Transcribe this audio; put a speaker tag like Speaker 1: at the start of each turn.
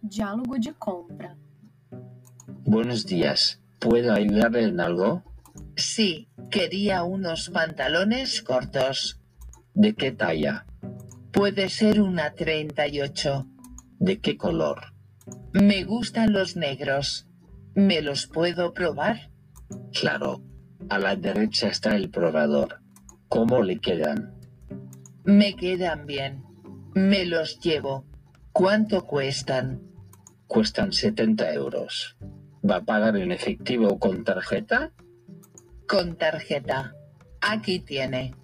Speaker 1: diálogo de compra.
Speaker 2: Buenos días, ¿puedo ayudarle en algo?
Speaker 3: Sí, quería unos pantalones cortos.
Speaker 2: ¿De qué talla?
Speaker 3: Puede ser una 38.
Speaker 2: ¿De qué color?
Speaker 3: Me gustan los negros. ¿Me los puedo probar?
Speaker 2: Claro, a la derecha está el probador. ¿Cómo le quedan?
Speaker 3: Me quedan bien. Me los llevo. ¿Cuánto cuestan?
Speaker 2: Cuestan 70 euros. ¿Va a pagar en efectivo o con tarjeta?
Speaker 3: Con tarjeta. Aquí tiene.